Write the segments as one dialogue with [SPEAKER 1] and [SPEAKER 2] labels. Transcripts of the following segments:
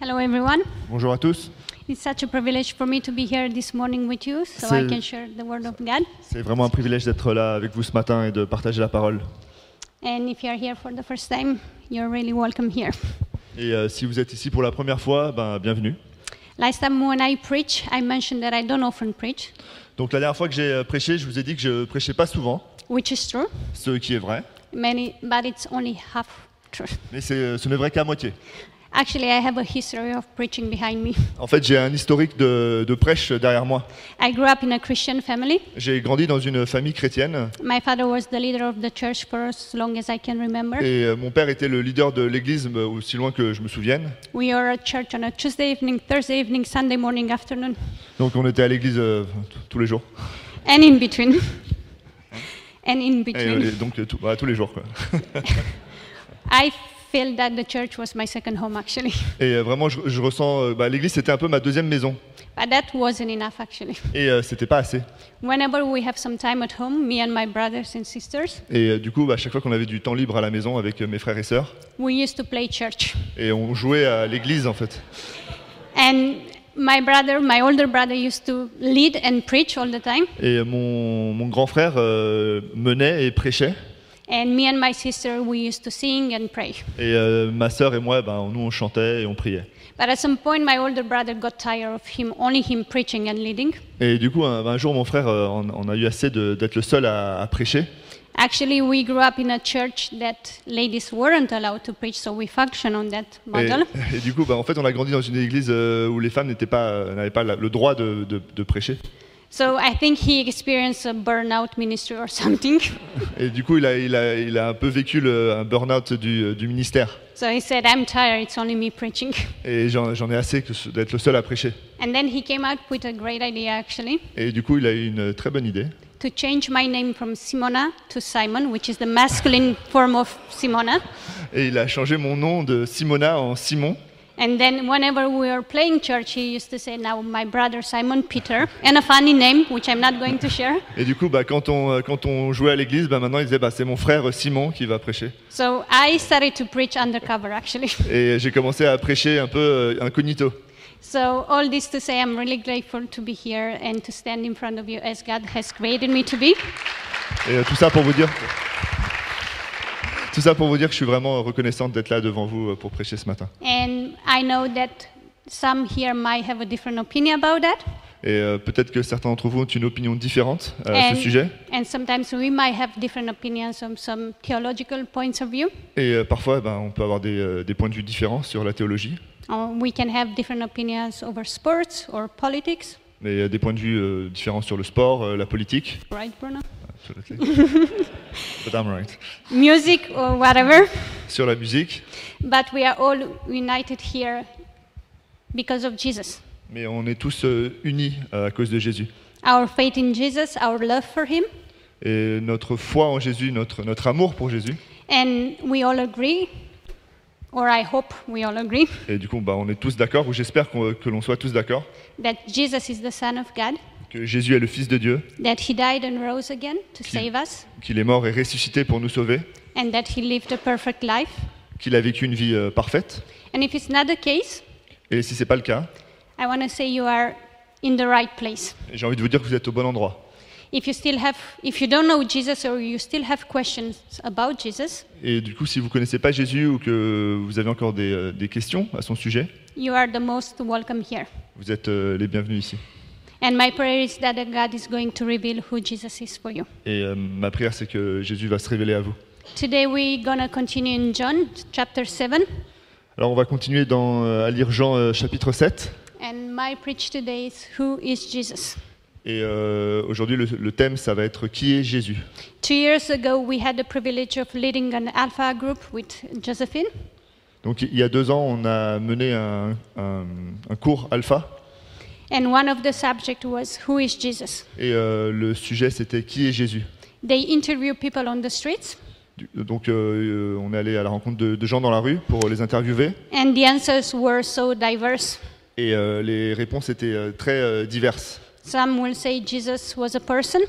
[SPEAKER 1] Hello, everyone.
[SPEAKER 2] Bonjour à tous.
[SPEAKER 1] It's such a privilege for me to be here this morning with you so I
[SPEAKER 2] C'est-
[SPEAKER 1] can share the Word of God.
[SPEAKER 2] C'est vraiment un privilège d'être là avec vous ce matin et de partager la parole.
[SPEAKER 1] And if you are here for the first time, you're really welcome here.
[SPEAKER 2] Et euh, si vous êtes ici pour la première fois, ben, bienvenue.
[SPEAKER 1] Last time when I preach, I mentioned that I don't often preach,
[SPEAKER 2] Donc la dernière fois que j'ai euh, prêché, je vous ai dit que je prêchais pas souvent,
[SPEAKER 1] which is true,
[SPEAKER 2] ce qui est vrai,
[SPEAKER 1] many, but it's only half true.
[SPEAKER 2] mais c'est- euh, ce n'est vrai qu'à moitié.
[SPEAKER 1] Actually, I have a history of preaching behind me.
[SPEAKER 2] En fait, j'ai un historique de, de prêche derrière moi.
[SPEAKER 1] I grew up in a Christian family.
[SPEAKER 2] J'ai grandi dans une famille chrétienne
[SPEAKER 1] My father was the leader of the church for as long as I can remember.
[SPEAKER 2] et euh, mon père était le leader de l'église euh, aussi loin que je me souvienne.
[SPEAKER 1] We are at church on a Tuesday evening, Thursday evening, Sunday morning, afternoon,
[SPEAKER 2] Donc on était à l'église euh, t- tous les jours.
[SPEAKER 1] and in between. and in
[SPEAKER 2] Et, euh, et
[SPEAKER 1] between.
[SPEAKER 2] donc euh, tout- bah, tous les jours. quoi.
[SPEAKER 1] I feel that the church was my second home, actually.
[SPEAKER 2] Et euh, vraiment, je, je ressens, euh, bah, l'église c'était un peu ma deuxième maison
[SPEAKER 1] But that wasn't enough, actually.
[SPEAKER 2] et euh, c'était pas assez.
[SPEAKER 1] Whenever we have some time at home, me and my brothers and sisters,
[SPEAKER 2] Et euh, du coup, bah, à chaque fois qu'on avait du temps libre à la maison avec euh, mes frères et sœurs,
[SPEAKER 1] we used to play church.
[SPEAKER 2] et on jouait à l'église en fait.
[SPEAKER 1] And my brother, my older brother, used to lead and preach all the time.
[SPEAKER 2] Et euh, mon, mon grand frère euh, menait et prêchait,
[SPEAKER 1] And me and my sister, we used to sing and pray.
[SPEAKER 2] et euh, ma sœur et moi, ben, nous on chantait et on priait.
[SPEAKER 1] But at some point, my older brother got tired of him, only him preaching and leading.
[SPEAKER 2] Et du coup, un, un jour, mon frère, euh, on, on a eu assez de- d'être le seul à, à prêcher.
[SPEAKER 1] Actually, we grew up in a church that ladies weren't allowed to preach, so we function on that
[SPEAKER 2] Et,
[SPEAKER 1] model.
[SPEAKER 2] et du coup, ben, en fait, on a grandi dans une église euh, où les femmes n'étaient pas, euh, n'avaient pas la- le droit de, de- de prêcher.
[SPEAKER 1] So I think he experienced a burnout ministry or something.
[SPEAKER 2] Et du coup, il a, il a- il a un peu vécu le, un burn-out du, du ministère.
[SPEAKER 1] So he said, I'm tired, it's only me preaching.
[SPEAKER 2] Et j'en j'en ai assez que ce- d'être le seul à prêcher.
[SPEAKER 1] And then he came out with a great idea, actually,
[SPEAKER 2] Et du coup, il a eu une très bonne idée.
[SPEAKER 1] to change my name from Simona to Simon, which is the masculine form of Simona.
[SPEAKER 2] Et il a changé mon nom de Simona en Simon.
[SPEAKER 1] And then whenever we were playing church, he used to say, now my brother Simon Peter, and a funny name, which I'm not going to share.
[SPEAKER 2] Et du coup, bah, quand, on, euh, quand on jouait à l'église, bah, maintenant il disait bah, c'est mon frère Simon qui va prêcher.
[SPEAKER 1] So I started to preach undercover, actually.
[SPEAKER 2] Et j'ai commencé à prêcher un peu euh, incognito.
[SPEAKER 1] So all this to say, I'm really grateful to be here and to stand in front of you as God has created me to be.
[SPEAKER 2] Et euh, tout ça pour vous dire. Tout ça pour vous dire que je suis vraiment reconnaissante d'être là devant vous euh, pour prêcher ce matin.
[SPEAKER 1] And I know that some here might have a different opinion about that.
[SPEAKER 2] Et euh, peut-être que certains d'entre vous ont une opinion différente euh, à
[SPEAKER 1] and,
[SPEAKER 2] ce sujet.
[SPEAKER 1] and sometimes we might have different opinions on some theological points of view.
[SPEAKER 2] Et euh, parfois, bah, on peut avoir des, euh, des points de vue différents sur la théologie,
[SPEAKER 1] Or we can have different opinions over sports or politics.
[SPEAKER 2] mais euh, des points de vue euh, différents sur le sport, euh, la politique.
[SPEAKER 1] Right, Bruno?
[SPEAKER 2] Absolutely. But I'm right.
[SPEAKER 1] Music or whatever.
[SPEAKER 2] Sur la musique.
[SPEAKER 1] But we are all united here because of Jesus.
[SPEAKER 2] Mais on est tous euh, unis euh, à cause de Jésus.
[SPEAKER 1] Our faith in Jesus, our love for Him.
[SPEAKER 2] Et notre foi en Jésus, notre, notre amour pour Jésus.
[SPEAKER 1] And we all agree, or I hope we all agree,
[SPEAKER 2] Et du coup, bah, on est tous d'accord, ou j'espère qu'on- que l'on soit tous d'accord,
[SPEAKER 1] that Jesus is the Son of God,
[SPEAKER 2] que Jésus est le Fils de Dieu,
[SPEAKER 1] that He died and rose again to save us,
[SPEAKER 2] qu'il est mort et ressuscité pour nous sauver,
[SPEAKER 1] and that He lived a perfect life.
[SPEAKER 2] qu'il a vécu une vie euh, parfaite.
[SPEAKER 1] And if it's not the case,
[SPEAKER 2] Et si ce n'est pas le cas,
[SPEAKER 1] I want to say you are in the right place.
[SPEAKER 2] j'ai envie de vous dire que vous êtes au bon endroit.
[SPEAKER 1] If you still have, if you don't know Jesus or you still have questions about Jesus,
[SPEAKER 2] Et du coup, si vous ne connaissez pas Jésus ou que vous avez encore des, euh, des questions à son sujet,
[SPEAKER 1] you are the most welcome here.
[SPEAKER 2] vous êtes euh, les bienvenus ici.
[SPEAKER 1] And my prayer is that God is going to reveal who Jesus is for you.
[SPEAKER 2] Et euh, ma prière, c'est que Jésus va se révéler à vous.
[SPEAKER 1] Today we're going to continue in John chapter 7.
[SPEAKER 2] Alors, on va continuer dans, euh, à lire Jean euh, chapitre 7.
[SPEAKER 1] And my preach today is Who is Jesus?
[SPEAKER 2] Et euh, aujourd'hui, le, le thème, ça va être Qui est Jésus
[SPEAKER 1] Two years ago, we had the privilege of leading an alpha group with Josephine,
[SPEAKER 2] Donc, il y a deux ans, on a mené un, un- un cours alpha.
[SPEAKER 1] and one of the subjects was Who is Jesus?
[SPEAKER 2] Et euh, le sujet, c'était Qui est Jésus
[SPEAKER 1] They interview people on the streets,
[SPEAKER 2] Du- Donc, euh, euh, on est allé à la rencontre de, de gens dans la rue pour les interviewer.
[SPEAKER 1] and the answers were so diverse.
[SPEAKER 2] Et euh, les réponses étaient euh, très euh, diverses.
[SPEAKER 1] Some will say Jesus was a person,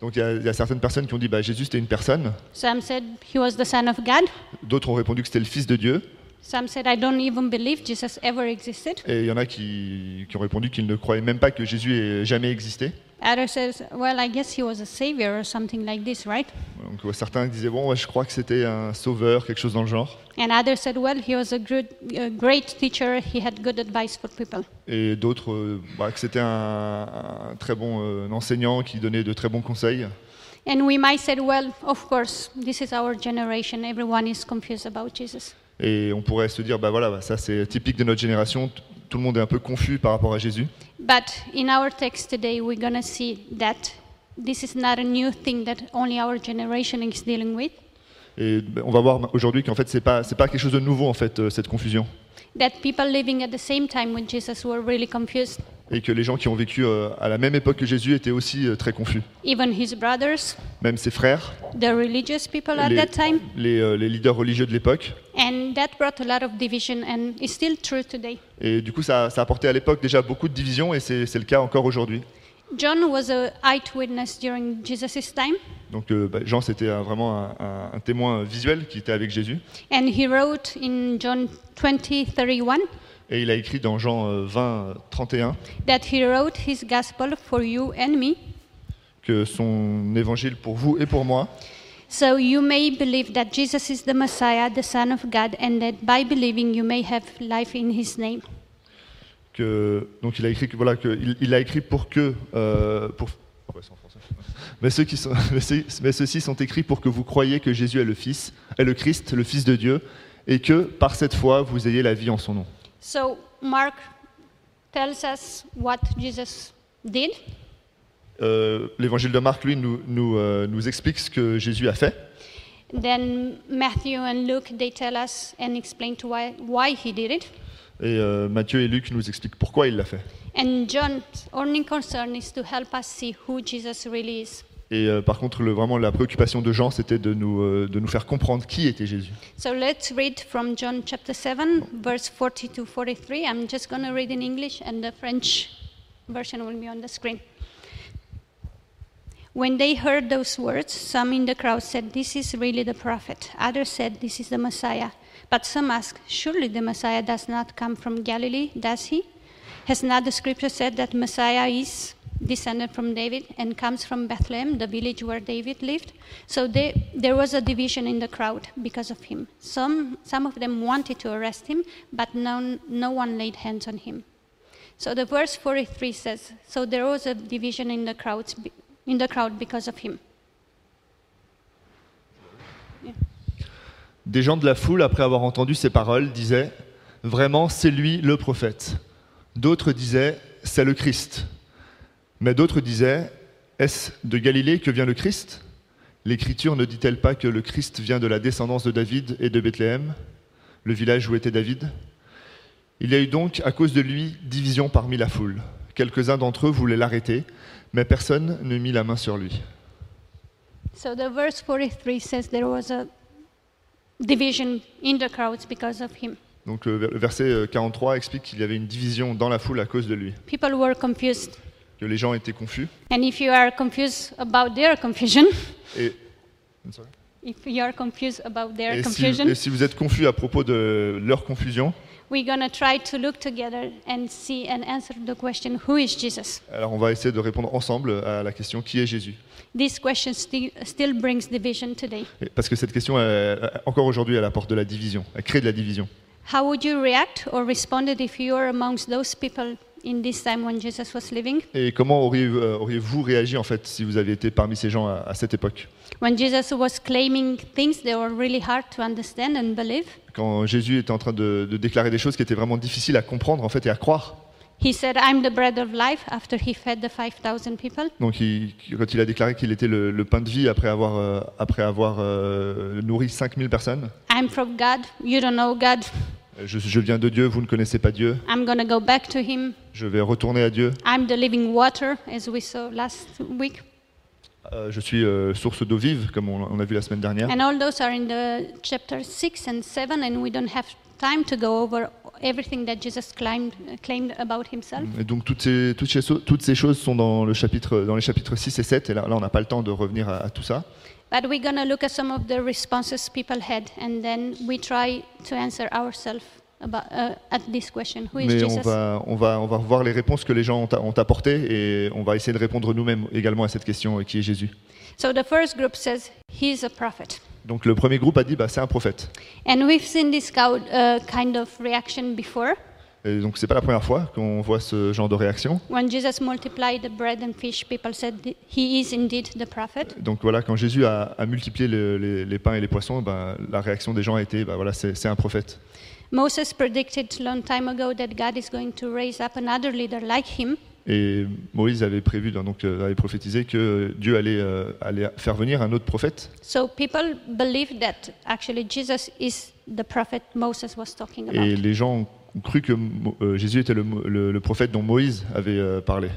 [SPEAKER 2] Donc, il y a- il y, a certaines personnes qui ont dit bah, Jésus, c'était une personne.
[SPEAKER 1] some said he was the Son of God,
[SPEAKER 2] D'autres ont répondu que c'était le Fils de Dieu.
[SPEAKER 1] Some said, I don't even believe Jesus ever existed.
[SPEAKER 2] Et il y en a qui, qui ont répondu qu'ils ne croyaient même pas que Jésus ait jamais existé.
[SPEAKER 1] Others says, well, I guess he was a savior or something like this, right?
[SPEAKER 2] Donc, ouais, certains disaient, bon, ouais, je crois que c'était un sauveur, quelque chose dans le genre.
[SPEAKER 1] And others said, well, he was a good, a great teacher. He had good advice for people.
[SPEAKER 2] Et d'autres, euh, bah, que c'était un, un très bon euh, enseignant qui donnait de très bons conseils.
[SPEAKER 1] And we might say, well, of course, this is our generation. Everyone is confused about Jesus.
[SPEAKER 2] Et on pourrait se dire, bah voilà, bah, ça c'est typique de notre génération, t- tout le monde est un peu confus par rapport à Jésus.
[SPEAKER 1] But in our text today, we're going to see that this is not a new thing that only our generation is dealing with.
[SPEAKER 2] Et bah, on va voir aujourd'hui qu'en fait, c'est pas, c'est pas quelque chose de nouveau, en fait, euh, cette confusion.
[SPEAKER 1] That people living at the same time with Jesus were really confused.
[SPEAKER 2] Et que les gens qui ont vécu euh, à la même époque que Jésus étaient aussi euh, très confus.
[SPEAKER 1] Even his brothers,
[SPEAKER 2] Même ses frères,
[SPEAKER 1] the religious people at
[SPEAKER 2] les,
[SPEAKER 1] that time.
[SPEAKER 2] les, euh, les leaders religieux de l'époque.
[SPEAKER 1] And that brought a lot of division and is still true today.
[SPEAKER 2] Et du coup, ça, ça apportait à l'époque déjà beaucoup de divisions, et c'est c'est le cas encore aujourd'hui.
[SPEAKER 1] John was an eyewitness during Jesus' time,
[SPEAKER 2] Donc euh, bah, Jean, c'était euh, vraiment un, un- un témoin visuel qui était avec Jésus.
[SPEAKER 1] and he wrote in John 20 31
[SPEAKER 2] Et il a écrit dans Jean euh, 20, euh, 31
[SPEAKER 1] that he wrote his gospel for you and me,
[SPEAKER 2] que son évangile pour vous et pour moi,
[SPEAKER 1] so you may believe that Jesus is the Messiah, the Son of God, and that by believing you may have life in his name.
[SPEAKER 2] que donc il a écrit que voilà que il, il a écrit pour que euh, pour Ouais, c'est en français. mais ceux qui sont mais, ceux- mais ceux-ci sont écrits pour que vous croyiez que Jésus est le Fils est le Christ le Fils de Dieu et que par cette foi vous ayez la vie en son nom.
[SPEAKER 1] So Mark tells us what Jesus did,
[SPEAKER 2] Euh, L'évangile de Marc lui nous nous, euh, nous explique ce que Jésus a fait
[SPEAKER 1] then Matthew and Luke they tell us and explain to why, why he did it.
[SPEAKER 2] et euh, Matthieu et Luc nous expliquent pourquoi il l'a fait.
[SPEAKER 1] And John's only concern is to help us see who Jesus really is.
[SPEAKER 2] Et euh, par contre, le- vraiment, la préoccupation de Jean, c'était de nous, euh, de nous faire comprendre qui était Jésus.
[SPEAKER 1] So let's read from John chapter 7, verse 40 to 43. I'm just going to read in English, and the French version will be on the screen. When they heard those words, some in the crowd said, This is really the prophet. Others said, This is the Messiah. But some asked, Surely the Messiah does not come from Galilee, does he? Has not the scripture said that Messiah is descended from David and comes from Bethlehem, the village where David lived? So they, there was a division in the crowd because of him. Some, some of them wanted to arrest him, but none, no one laid hands on him. So the verse 43 says, "So there was a division in the crowds, in the crowd because of him."
[SPEAKER 2] Des gens de la foule, après avoir entendu ces paroles, disaient Vraiment, c'est lui le prophète. D'autres disaient C'est le Christ. Mais d'autres disaient Est-ce de Galilée que vient le Christ L'Écriture ne dit-elle pas que le Christ vient de la descendance de David et de Bethléem, le village où était David Il y a eu donc, à cause de lui, division parmi la foule. Quelques-uns d'entre eux voulaient l'arrêter, mais personne ne mit la main sur lui.
[SPEAKER 1] So the verse 43 says there was a division in the crowds because of him.
[SPEAKER 2] Donc euh, le verset euh, 43 explique qu'il y avait une division dans la foule à cause de lui,
[SPEAKER 1] People were confused.
[SPEAKER 2] que les gens étaient confus.
[SPEAKER 1] And if you are confused about their confusion,
[SPEAKER 2] Et,
[SPEAKER 1] if you are confused about their
[SPEAKER 2] et si,
[SPEAKER 1] confusion,
[SPEAKER 2] et si vous êtes confus à propos de leur confusion,
[SPEAKER 1] we're going to try to look together and see and answer the question, who is Jesus?
[SPEAKER 2] alors on va essayer de répondre ensemble à la question qui est Jésus
[SPEAKER 1] This question sti- still brings division today.
[SPEAKER 2] Et- Parce que cette question, elle- encore aujourd'hui, elle apporte de la division, elle crée de la division.
[SPEAKER 1] How would you react or responded if you were amongst those people in this time when Jesus was living?
[SPEAKER 2] Et comment auriez- euh, auriez-vous réagi en fait si vous aviez été parmi ces gens à, à cette époque
[SPEAKER 1] When Jesus was claiming things that were really hard to understand and believe,
[SPEAKER 2] Quand Jésus était en train de, de déclarer des choses qui étaient vraiment difficiles à comprendre en fait et à croire.
[SPEAKER 1] he said, I'm the bread of life after he fed the 5,000 people.
[SPEAKER 2] Donc, il- quand il a déclaré qu'il était le, le pain de vie après avoir, euh, après avoir euh, nourri 5000 personnes,
[SPEAKER 1] I'm from God. You don't know God.
[SPEAKER 2] je, je viens de Dieu, vous ne connaissez pas Dieu,
[SPEAKER 1] I'm going to go back to him.
[SPEAKER 2] je vais retourner à Dieu,
[SPEAKER 1] I'm the living water, as we saw last week.
[SPEAKER 2] euh, je suis euh, source d'eau vive, comme on, on a vu la semaine dernière.
[SPEAKER 1] And all those are in the chapter 6 and 7, and we don't have time to go over everything that Jesus claimed, claimed about himself.
[SPEAKER 2] Et donc, toutes ces, toutes, ces, so- toutes ces choses sont dans, le chapitre, dans les chapitres 6 et 7, et là, là, on n'a pas le temps de revenir à, à tout ça.
[SPEAKER 1] But we're going to look at some of the responses people had, and then we try to answer ourselves about uh, at this question: Who is
[SPEAKER 2] Mais on
[SPEAKER 1] Jesus?
[SPEAKER 2] va, on, va, on va voir les réponses que les gens ont a- ont apportées et on va essayer de répondre nous-mêmes également à cette question euh, qui est Jésus.
[SPEAKER 1] So the first group says he's a prophet,
[SPEAKER 2] Donc le premier groupe a dit bah, c'est un prophète.
[SPEAKER 1] and we've seen this cow- uh, kind of reaction before
[SPEAKER 2] Et donc c'est pas la première fois qu'on voit ce genre de réaction.
[SPEAKER 1] when Jesus multiplied the bread and fish. People said th- he is indeed the prophet.
[SPEAKER 2] Donc voilà, quand Jésus a, a multiplié le- les, les pains et les poissons, ben, la réaction des gens a été bah, voilà, c'est c'est un prophète.
[SPEAKER 1] Moses predicted long time ago that God is going to raise up another leader like him,
[SPEAKER 2] Et Moïse avait prévu, donc euh, avait prophétisé que Dieu allait, euh, allait faire venir un autre prophète.
[SPEAKER 1] So people believe that actually Jesus is the prophet Moses was talking about.
[SPEAKER 2] Et les gens ont cru que Mo- euh, Jésus était le, mo- le- le prophète dont Moïse avait euh, parlé.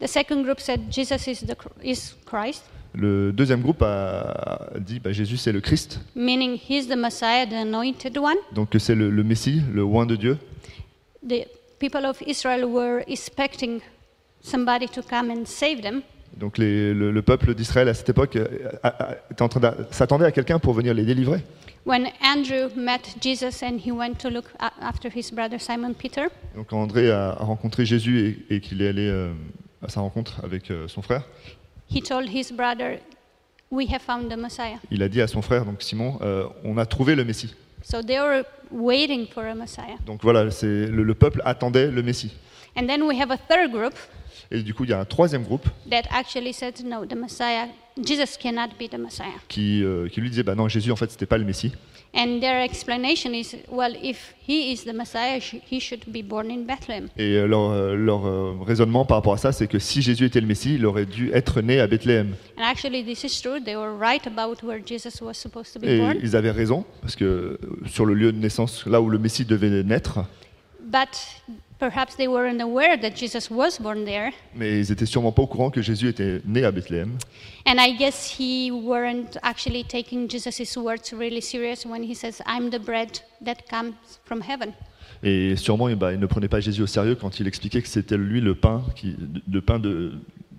[SPEAKER 1] the second group said Jesus is the Chr- is Christ,
[SPEAKER 2] Le deuxième groupe a a dit bah, Jésus c'est le Christ,
[SPEAKER 1] meaning he's the Messiah, the anointed one.
[SPEAKER 2] donc que c'est le, le Messie, le oint de Dieu.
[SPEAKER 1] The people of Israel were expecting somebody to come and save them,
[SPEAKER 2] Donc les- le, le peuple d'Israël à cette époque euh, a- a- était en train d'a- s'attendait à quelqu'un pour venir les délivrer.
[SPEAKER 1] when Andrew met Jesus and he went to look a- after his brother Simon Peter,
[SPEAKER 2] Donc quand André a a rencontré Jésus et, et qu'il est allé euh, à sa rencontre avec euh, son frère,
[SPEAKER 1] he told his brother, "We have found the Messiah."
[SPEAKER 2] il a dit à son frère, donc Simon, euh, on a trouvé le Messie.
[SPEAKER 1] So they were waiting for a Messiah.
[SPEAKER 2] Donc voilà, c'est- le, le peuple attendait le Messie.
[SPEAKER 1] And then we have a third group
[SPEAKER 2] Et du coup, il y a un troisième groupe
[SPEAKER 1] that actually said, no, the Messiah, Jesus cannot be the Messiah.
[SPEAKER 2] qui, euh, qui lui disait, bah non, Jésus, en fait, c'était pas le Messie.
[SPEAKER 1] And their explanation is, well, if he is the Messiah, sh- he should be born in Bethlehem.
[SPEAKER 2] Et euh, leur, euh, leur, euh, raisonnement par rapport à ça, c'est que si Jésus était le Messie, il aurait dû être né à Bethléem.
[SPEAKER 1] And actually, this is true. They were right about where Jesus was supposed to be
[SPEAKER 2] Et
[SPEAKER 1] born.
[SPEAKER 2] ils avaient raison, parce que euh, sur le lieu de naissance, là où le Messie devait naître,
[SPEAKER 1] But perhaps they weren't aware that Jesus was born there.
[SPEAKER 2] mais ils étaient sûrement pas au courant que Jésus était né à Bethléem.
[SPEAKER 1] And I guess he weren't actually taking Jesus' words really serious when he says, I'm the bread that comes from heaven.
[SPEAKER 2] Et sûrement, eh ben, il ne prenait pas Jésus au sérieux quand il expliquait que c'était lui le pain qui, le pain de,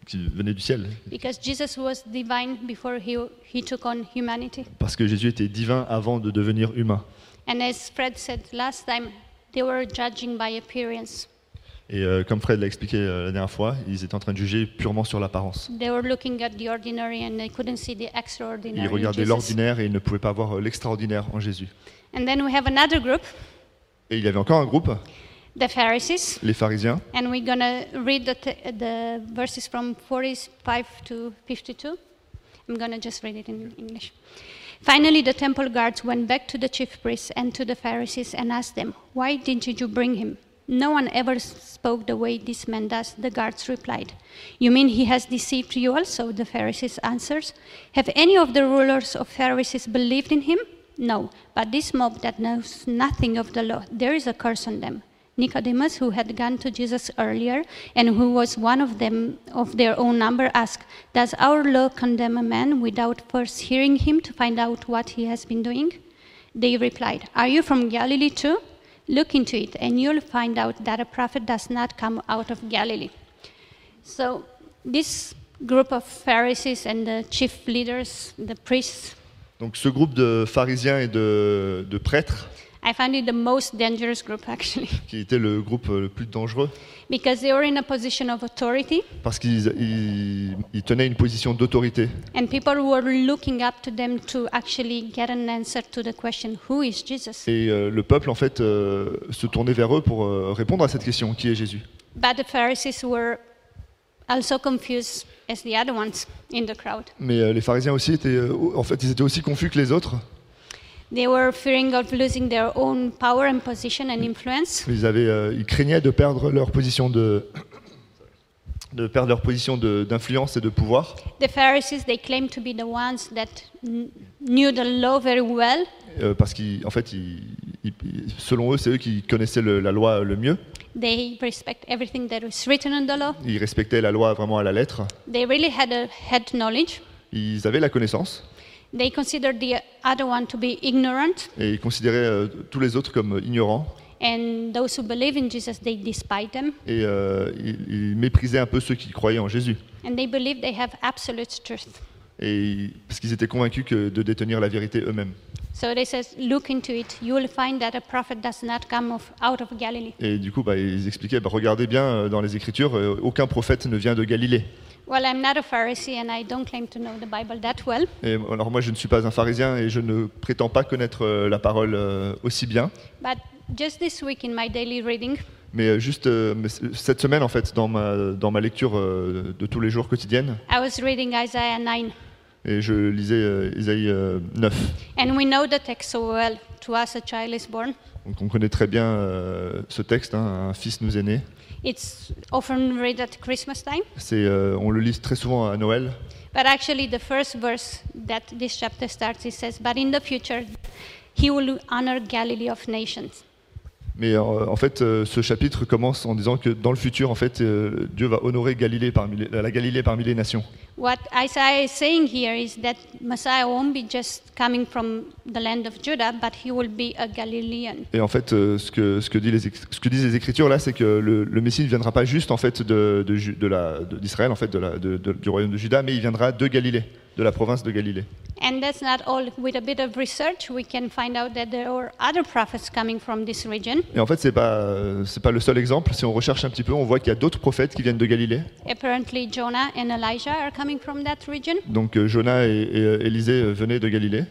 [SPEAKER 2] qui venait du ciel.
[SPEAKER 1] Because Jesus was divine before he, he took on humanity.
[SPEAKER 2] Parce que Jésus était divin avant de devenir humain.
[SPEAKER 1] And as Fred said last time, they were judging by appearance.
[SPEAKER 2] Et euh, comme Fred l'a expliqué euh, la dernière fois, ils étaient en train de juger purement sur l'apparence.
[SPEAKER 1] They were looking at the ordinary and they couldn't see the extraordinary.
[SPEAKER 2] Ils
[SPEAKER 1] in
[SPEAKER 2] regardaient
[SPEAKER 1] Jesus.
[SPEAKER 2] l'ordinaire et ils ne pouvaient pas voir euh, l'extraordinaire en Jésus.
[SPEAKER 1] And then we have another group,
[SPEAKER 2] Et il y avait encore un groupe,
[SPEAKER 1] the Pharisees,
[SPEAKER 2] les pharisiens.
[SPEAKER 1] and we're going to read the, te- the verses from 45 to 52. I'm going to just read it in English. Finally, the temple guards went back to the chief priests and to the Pharisees and asked them, Why didn't you bring him? No one ever s- spoke the way this man does, the guards replied. You mean he has deceived you also? The Pharisees answers. Have any of the rulers of Pharisees believed in him? No, but this mob that knows nothing of the law, there is a curse on them. Nicodemus, who had gone to Jesus earlier and who was one of them of their own number, asked, Does our law condemn a man without first hearing him to find out what he has been doing? They replied, Are you from Galilee too? Look into it, and you'll find out that a prophet does not come out of Galilee. So, this group of Pharisees and the chief leaders, the priests,
[SPEAKER 2] Donc ce groupe de pharisiens et de, de prêtres,
[SPEAKER 1] I found it the most dangerous group actually,
[SPEAKER 2] qui était le groupe euh, le plus dangereux,
[SPEAKER 1] because they were in a position of authority.
[SPEAKER 2] parce qu'ils ils- ils tenaient une position d'autorité.
[SPEAKER 1] And people were looking up to them to actually get an answer to the question, who is Jesus?
[SPEAKER 2] Et euh, le peuple, en fait, euh, se tournait vers eux pour euh, répondre à cette question, qui est Jésus
[SPEAKER 1] But the Pharisees were also confused as the other ones in the crowd.
[SPEAKER 2] Mais euh, les pharisiens aussi étaient, euh, en fait, ils étaient aussi confus que les autres.
[SPEAKER 1] They were fearing of losing their own power and position and influence.
[SPEAKER 2] Ils, avaient, euh, ils craignaient de perdre leur position de, de perdre leur position de- d'influence et de pouvoir.
[SPEAKER 1] The Pharisees, they claimed to be the ones that kn- knew the law very well,
[SPEAKER 2] euh, parce qu'en fait, ils- ils- ils- selon eux, c'est eux qui connaissaient le- la loi le mieux.
[SPEAKER 1] they respect everything that is written in the law.
[SPEAKER 2] Ils respectaient la loi vraiment à la lettre.
[SPEAKER 1] They really had a head knowledge.
[SPEAKER 2] Ils avaient la connaissance
[SPEAKER 1] They considered the other one to be ignorant,
[SPEAKER 2] et ils considéraient euh, tous les autres comme ignorants.
[SPEAKER 1] and those who believe in Jesus, they despise them.
[SPEAKER 2] Et euh, ils, ils méprisaient un peu ceux qui croyaient en Jésus.
[SPEAKER 1] and they believe they have absolute truth.
[SPEAKER 2] et ils- parce qu'ils étaient convaincus que de détenir la vérité eux-mêmes.
[SPEAKER 1] So they says, look into it. You will find that a prophet does not come of, out of Galilee.
[SPEAKER 2] Et du coup, bah, ils expliquaient, bah, regardez bien euh, dans les Écritures, euh, aucun prophète ne vient de Galilée.
[SPEAKER 1] Well, I'm not a Pharisee and I don't claim to know the Bible that well,
[SPEAKER 2] Et alors moi, je ne suis pas un pharisien et je ne prétends pas connaître euh, la parole euh, aussi bien.
[SPEAKER 1] but just this week in my daily reading,
[SPEAKER 2] Mais euh, juste euh, mais c- cette semaine, en fait, dans ma, dans ma lecture euh, de tous les jours quotidienne,
[SPEAKER 1] I was reading Isaiah 9.
[SPEAKER 2] et je lisais euh, Isaïe euh, 9.
[SPEAKER 1] And we know the text so well. To us, a child is born.
[SPEAKER 2] Donc on connaît très bien euh, ce texte, hein, un fils nous est né.
[SPEAKER 1] It's often read at Christmas time,
[SPEAKER 2] C'est, euh, on le lit très souvent à Noël.
[SPEAKER 1] but actually, the first verse that this chapter starts, it says, But in the future, he will honor Galilee of nations.
[SPEAKER 2] Mais euh, en fait, euh, ce chapitre commence en disant que dans le futur, en fait, euh, Dieu va honorer Galilée parmi les- la Galilée parmi les nations.
[SPEAKER 1] What Isaiah is saying here is that Messiah won't be just coming from the land of Judah, but he will be a Galilean.
[SPEAKER 2] Et en fait, euh, ce que, ce que, dit les éc- ce que disent les Écritures là, c'est que le, le Messie ne viendra pas juste en fait de, de Ju- de la- de- d'Israël, en fait, de la- de- de- du royaume de Juda, mais il viendra de Galilée, de la province de Galilée.
[SPEAKER 1] And that's not all. With a bit of research, we can find out that there were other prophets coming from this region.
[SPEAKER 2] Et en fait, c'est pas euh, c'est pas le seul exemple. Si on recherche un petit peu, on voit qu'il y a d'autres prophètes qui viennent de Galilée.
[SPEAKER 1] Apparently, Jonah and Elijah are coming from that region.
[SPEAKER 2] Donc euh, Jonas et, et, euh, Élisée euh, venaient de Galilée.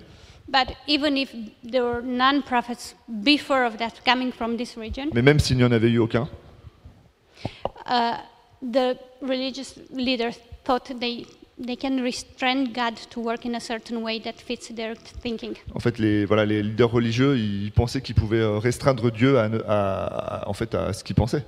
[SPEAKER 1] But even if there were non-prophets before of that coming from this region,
[SPEAKER 2] Mais même s'il n'y en avait eu aucun,
[SPEAKER 1] uh, the religious leaders thought they, they can restrain God to work in a certain way that fits their thinking.
[SPEAKER 2] en fait, les voilà, les leaders religieux, ils pensaient qu'ils pouvaient euh, restreindre Dieu à, ne- à- à- en fait à ce qu'ils pensaient.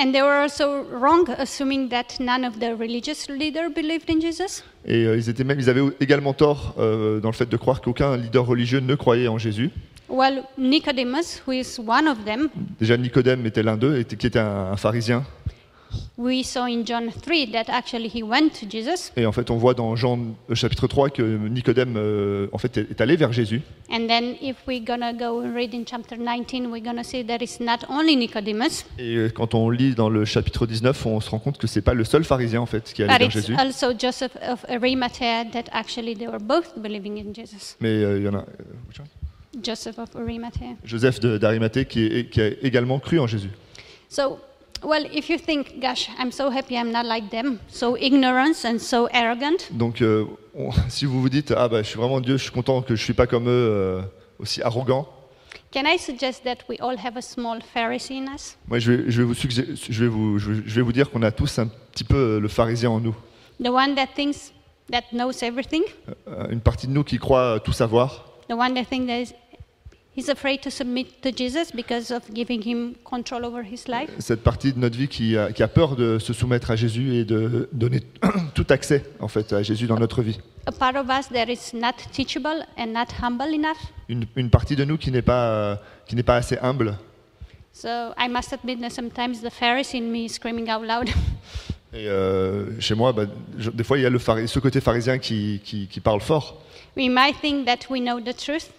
[SPEAKER 1] And they were also wrong, assuming that none of the religious leaders believed in Jesus.
[SPEAKER 2] Et euh, ils étaient même, ils avaient également tort euh, dans le fait de croire qu'aucun leader religieux ne croyait en Jésus.
[SPEAKER 1] Well, Nicodemus, who is one of them,
[SPEAKER 2] Déjà Nicodème était l'un d'eux, était- qui était un, un pharisien.
[SPEAKER 1] we saw in John 3 that actually he went to Jesus
[SPEAKER 2] Et en fait, on voit dans Jean euh, chapitre 3 que Nicodème euh, en fait est- est allé vers Jésus.
[SPEAKER 1] And then, if we're gonna go and read in chapter 19, we're gonna see that it's not only Nicodemus,
[SPEAKER 2] Et euh, quand on lit dans le chapitre 19, on se rend compte que c'est pas le seul pharisien en fait qui est allé
[SPEAKER 1] but
[SPEAKER 2] vers
[SPEAKER 1] it's
[SPEAKER 2] Jésus.
[SPEAKER 1] also Joseph of Arimathea that actually they were both believing in Jesus.
[SPEAKER 2] Mais euh, il y en a euh, which one
[SPEAKER 1] Joseph of Arimathea.
[SPEAKER 2] Joseph de- d'Arimathée qui, est- qui a également cru en Jésus.
[SPEAKER 1] So, well, if you think, gosh, I'm so happy I'm not like them, so ignorant and so arrogant,
[SPEAKER 2] Donc euh, on- si vous vous dites ah bah je suis vraiment Dieu, je suis content que je suis pas comme eux euh, aussi arrogant,
[SPEAKER 1] can I suggest that we all have a small Pharisee in us?
[SPEAKER 2] moi je vais, je vais vous suggé- je vais vous je vais- je vais vous dire qu'on a tous un petit peu euh, le pharisien en nous,
[SPEAKER 1] The one that thinks that knows everything,
[SPEAKER 2] Euh, une partie de nous qui croit euh, tout savoir,
[SPEAKER 1] the one that thinks that is, he's afraid to submit to Jesus because of giving him control over his life.
[SPEAKER 2] cette partie de notre vie qui a, qui a peur de se soumettre à Jésus et de donner tout accès en fait à Jésus dans notre vie.
[SPEAKER 1] a part of us that is not teachable and not humble enough.
[SPEAKER 2] Une, une partie de nous qui n'est pas euh, qui n'est pas assez humble.
[SPEAKER 1] So I must admit that sometimes the Pharisee in me is screaming out loud.
[SPEAKER 2] Et euh, chez moi, bah, je- des fois, il y a le phari- ce côté pharisien qui, qui- qui parle fort,
[SPEAKER 1] we might think that we know the truth.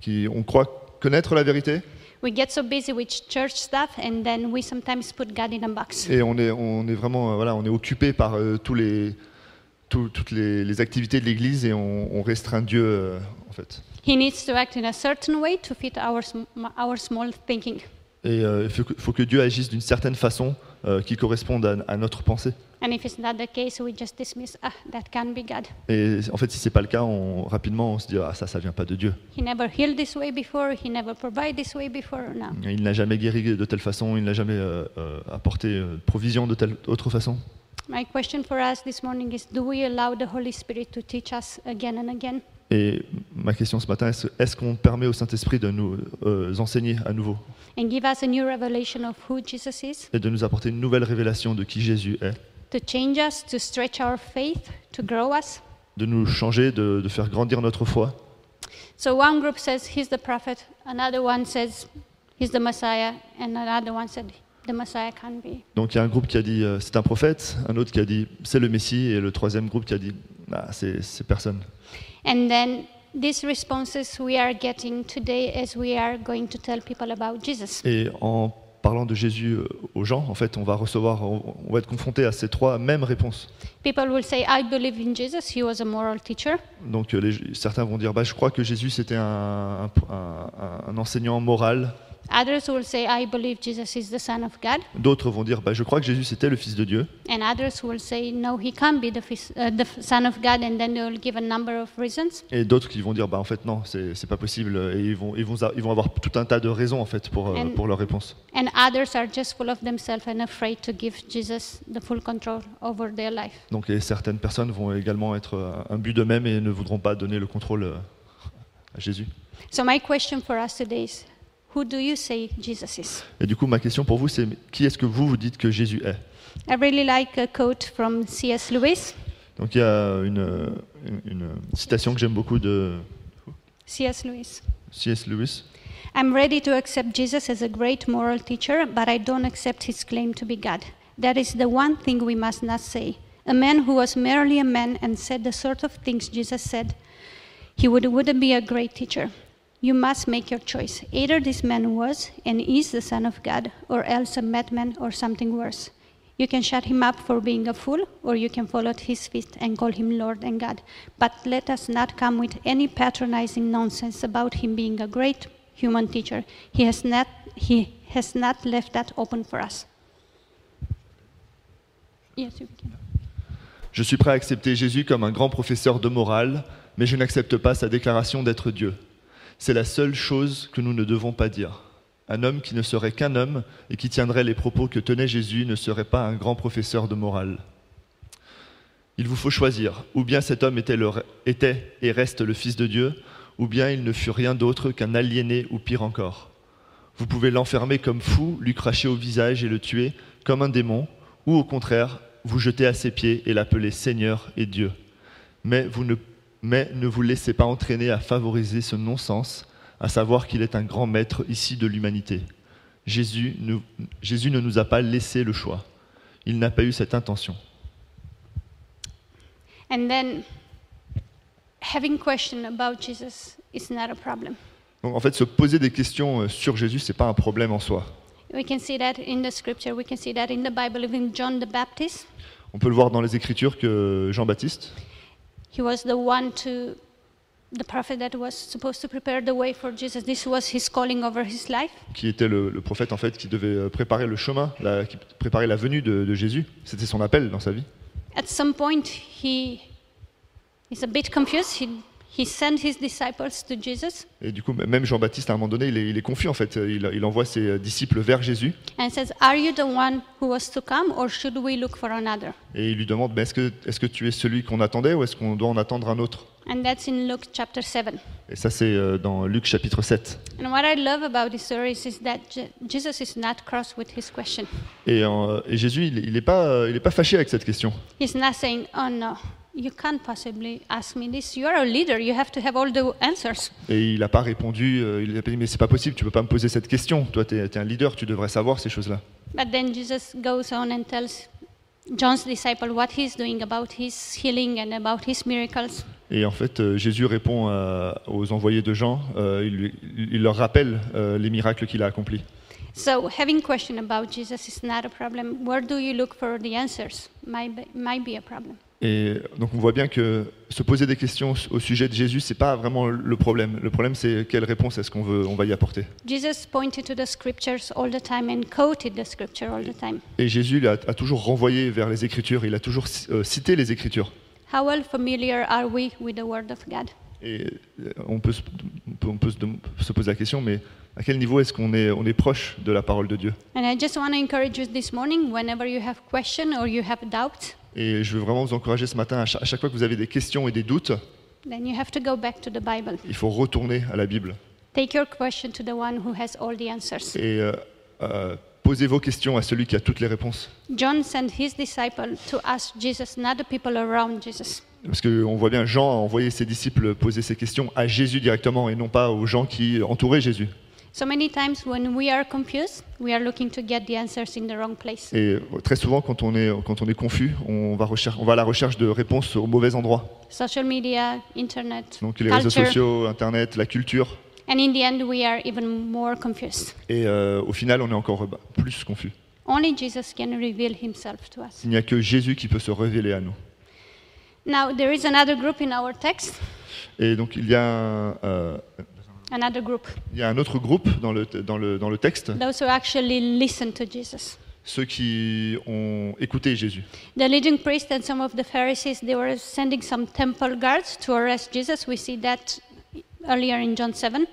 [SPEAKER 2] qui on croit connaître la vérité,
[SPEAKER 1] We get so busy with church stuff and then we sometimes put God in a box.
[SPEAKER 2] et on est, on est vraiment, euh, voilà, on est occupé par euh, tous les, tout- toutes les, les activités de l'Église et on, on restreint Dieu, euh, en fait.
[SPEAKER 1] He needs to act in a certain way to fit our, sm- our small thinking.
[SPEAKER 2] Et euh, il faut, que- faut que Dieu agisse d'une certaine façon euh, qui corresponde à, à notre pensée.
[SPEAKER 1] And if it's not the case, we just dismiss, ah, that can be God.
[SPEAKER 2] Et en fait, si c'est pas le cas, on, rapidement, on se dit ah ça, ça vient pas de Dieu.
[SPEAKER 1] He never healed this way before, he never provided this way before. No.
[SPEAKER 2] Il n'a jamais guéri de telle façon, il n'a jamais euh, euh, apporté euh, provision de telle autre façon.
[SPEAKER 1] My question for us this morning is do we allow the Holy Spirit to teach us again and again?
[SPEAKER 2] Et ma question ce matin, est-ce est-ce qu'on permet au Saint-Esprit de nous euh, enseigner à nouveau
[SPEAKER 1] and give us a new revelation of who Jesus is,
[SPEAKER 2] et de nous apporter une nouvelle révélation de qui Jésus est,
[SPEAKER 1] to change us, to stretch our faith, to grow us.
[SPEAKER 2] de nous changer, de, de faire grandir notre foi
[SPEAKER 1] So one group says he's the prophet, another one says he's the Messiah, and another one said the Messiah can be.
[SPEAKER 2] Donc il y a un groupe qui a dit euh, c'est un prophète, un autre qui a dit c'est le Messie et le troisième groupe qui a dit ah, c'est c'est personne.
[SPEAKER 1] And then these responses we are getting today as we are going to tell people about Jesus.
[SPEAKER 2] Et en parlant de Jésus euh, aux gens, en fait, on va recevoir, on, on va être confronté à ces trois mêmes réponses.
[SPEAKER 1] People will say, I believe in Jesus, he was a moral teacher.
[SPEAKER 2] Donc euh, les- certains vont dire, bah, je crois que Jésus c'était un, un- un- un enseignant moral.
[SPEAKER 1] Others will say, I believe Jesus is the Son of God.
[SPEAKER 2] D'autres vont dire, bah, je crois que Jésus c'était le Fils de Dieu.
[SPEAKER 1] And others will say, No, he can't be the, fis- uh, the f- Son of God. And then they will give a number of reasons.
[SPEAKER 2] Et d'autres qui vont dire, bah, en fait non, c'est c'est pas possible. Et ils vont, ils, vont, a- ils vont avoir tout un tas de raisons en fait pour, euh,
[SPEAKER 1] And-
[SPEAKER 2] pour leur réponse.
[SPEAKER 1] And others are just full of themselves and afraid to give Jesus the full control over their life.
[SPEAKER 2] Donc et certaines personnes vont également être euh, imbues d'eux-mêmes et ne voudront pas donner le contrôle euh, à Jésus.
[SPEAKER 1] So, my question for us today is Who do you say Jesus is?
[SPEAKER 2] Et du coup, ma question pour vous, c'est mais qui est-ce que vous vous dites que Jésus est
[SPEAKER 1] I really like a quote from C.S. Lewis.
[SPEAKER 2] Donc il y a une, euh, une- une citation que j'aime beaucoup de
[SPEAKER 1] C.S. Lewis.
[SPEAKER 2] C.S. Lewis.
[SPEAKER 1] I'm ready to accept Jesus as a great moral teacher, but I don't accept his claim to be God. That is the one thing we must not say. A man who was merely a man and said the sort of things Jesus said, he would, wouldn't be a great teacher. You must make your choice. Either this man was and is the Son of God, or else a madman or something worse. You can shut him up for being a fool, or you can follow at his feet and call him Lord and God. But let us not come with any patronizing nonsense about him being a great human teacher. He has not, he has not left that open for us. Yes, you can.
[SPEAKER 2] Je suis prêt à accepter Jésus comme un grand professeur de morale, mais je n'accepte pas sa déclaration d'être Dieu. C'est la seule chose que nous ne devons pas dire. Un homme qui ne serait qu'un homme et qui tiendrait les propos que tenait Jésus ne serait pas un grand professeur de morale. Il vous faut choisir, ou bien cet homme était, le- était et reste le Fils de Dieu, ou bien il ne fut rien d'autre qu'un aliéné ou pire encore. Vous pouvez l'enfermer comme fou, lui cracher au visage et le tuer comme un démon, ou au contraire, vous jeter à ses pieds et l'appeler Seigneur et Dieu. Mais, vous ne, mais ne vous laissez pas entraîner à favoriser ce non-sens, à savoir qu'il est un grand maître ici de l'humanité. Jésus ne, Jésus ne nous a pas laissé le choix. Il n'a pas eu cette intention.
[SPEAKER 1] And then having question about Jesus is not a problem.
[SPEAKER 2] Donc en fait, se poser des questions euh, sur Jésus, ce n'est pas un problème en soi.
[SPEAKER 1] We can see that in the scripture, we can see that in the Bible, even John the Baptist,
[SPEAKER 2] On peut le voir dans les Écritures que euh, Jean-Baptiste,
[SPEAKER 1] he was the one to the prophet that was supposed to prepare the way for Jesus. This was his calling over his life.
[SPEAKER 2] qui était le, le prophète en fait, qui devait euh, préparer le chemin, la- qui préparait la venue de- de Jésus, c'était son appel dans sa vie.
[SPEAKER 1] At some point, he is a bit confused. He, he sent his disciples to Jesus
[SPEAKER 2] Et du coup, même Jean-Baptiste, à un moment donné, il est, il est confus en fait. Il, il envoie ses euh, disciples vers Jésus
[SPEAKER 1] and says, Are you the one who was to come, or should we look for another?
[SPEAKER 2] et il lui demande Mais Est-ce que, est que tu es celui qu'on attendait ou est-ce qu'on doit en attendre un autre
[SPEAKER 1] And that's in Luke chapter 7.
[SPEAKER 2] Et ça, c'est euh, dans Luc chapitre 7.
[SPEAKER 1] And what I love about this story is, is that Je- Jesus is not cross with his question.
[SPEAKER 2] Et, euh, et Jésus, il n'est pas, euh, il est pas fâché avec cette question.
[SPEAKER 1] He's not saying, "Oh no, you can't possibly ask me this. You are a leader. You have to have all the answers."
[SPEAKER 2] Et il n'a pas répondu euh, Il a pas dit Mais c'est pas possible, tu peux pas me poser cette question. Toi, tu es, un leader, tu devrais savoir ces choses-là.
[SPEAKER 1] But then Jesus goes on and tells John's disciple what he's doing about his healing and about his miracles.
[SPEAKER 2] Et en fait, euh, Jésus répond à- aux envoyés de Jean euh, il, lui- il leur rappelle euh, les miracles qu'il a accomplis.
[SPEAKER 1] So having question about Jesus is not a problem. Where do you look for the answers? Might be, might be a problem.
[SPEAKER 2] Et donc on voit bien que se poser des questions au sujet de Jésus, c'est pas vraiment le problème. Le problème, c'est quelle réponse est-ce qu'on veut, on va y apporter.
[SPEAKER 1] Jesus pointed to the scriptures all the time and quoted the scripture all the time.
[SPEAKER 2] Et Jésus il a, a toujours renvoyé vers les Écritures. Il a toujours ci- euh, cité les Écritures.
[SPEAKER 1] How well familiar are we with the Word of God?
[SPEAKER 2] Et euh, on peut, se, on peut- on peut se dem- se poser la question, mais à quel niveau est-ce qu'on est, on est proche de la parole de Dieu
[SPEAKER 1] And I just want to encourage you this morning, whenever you have question or you have doubts,
[SPEAKER 2] Et je veux vraiment vous encourager ce matin. À cha- à chaque fois que vous avez des questions et des doutes,
[SPEAKER 1] then you have to go back to the Bible.
[SPEAKER 2] il faut retourner à la Bible
[SPEAKER 1] Take your question to the one who has all the answers.
[SPEAKER 2] et euh, euh, posez vos questions à celui qui a toutes les réponses.
[SPEAKER 1] John sent his disciple to ask Jesus, not the people around Jesus.
[SPEAKER 2] Parce qu'on voit bien, Jean a envoyé ses disciples poser ces questions à Jésus directement et non pas aux gens qui entouraient Jésus.
[SPEAKER 1] So many times when we are confused, we are looking to get the answers in the wrong place.
[SPEAKER 2] Et euh, très souvent, quand on est, quand on est confus, on va, recher- on va à la recherche de réponses au mauvais endroit.
[SPEAKER 1] Social media, internet,
[SPEAKER 2] Donc les réseaux
[SPEAKER 1] culture,
[SPEAKER 2] sociaux, Internet, la culture.
[SPEAKER 1] And in the end, we are even more confused.
[SPEAKER 2] Et euh, au final, on est encore bah, plus confus.
[SPEAKER 1] Only Jesus can reveal himself to us.
[SPEAKER 2] Il n'y a que Jésus qui peut se révéler à nous.
[SPEAKER 1] Now, there is another group in our text,
[SPEAKER 2] Et donc, il y a un, euh,
[SPEAKER 1] another group,
[SPEAKER 2] il y a un autre groupe dans le, dans le- dans le texte,
[SPEAKER 1] those who actually listen to Jesus.
[SPEAKER 2] ceux qui ont écouté Jésus.
[SPEAKER 1] The leading priest and some of the Pharisees, they were sending some temple guards to arrest Jesus. We see that earlier in John 7.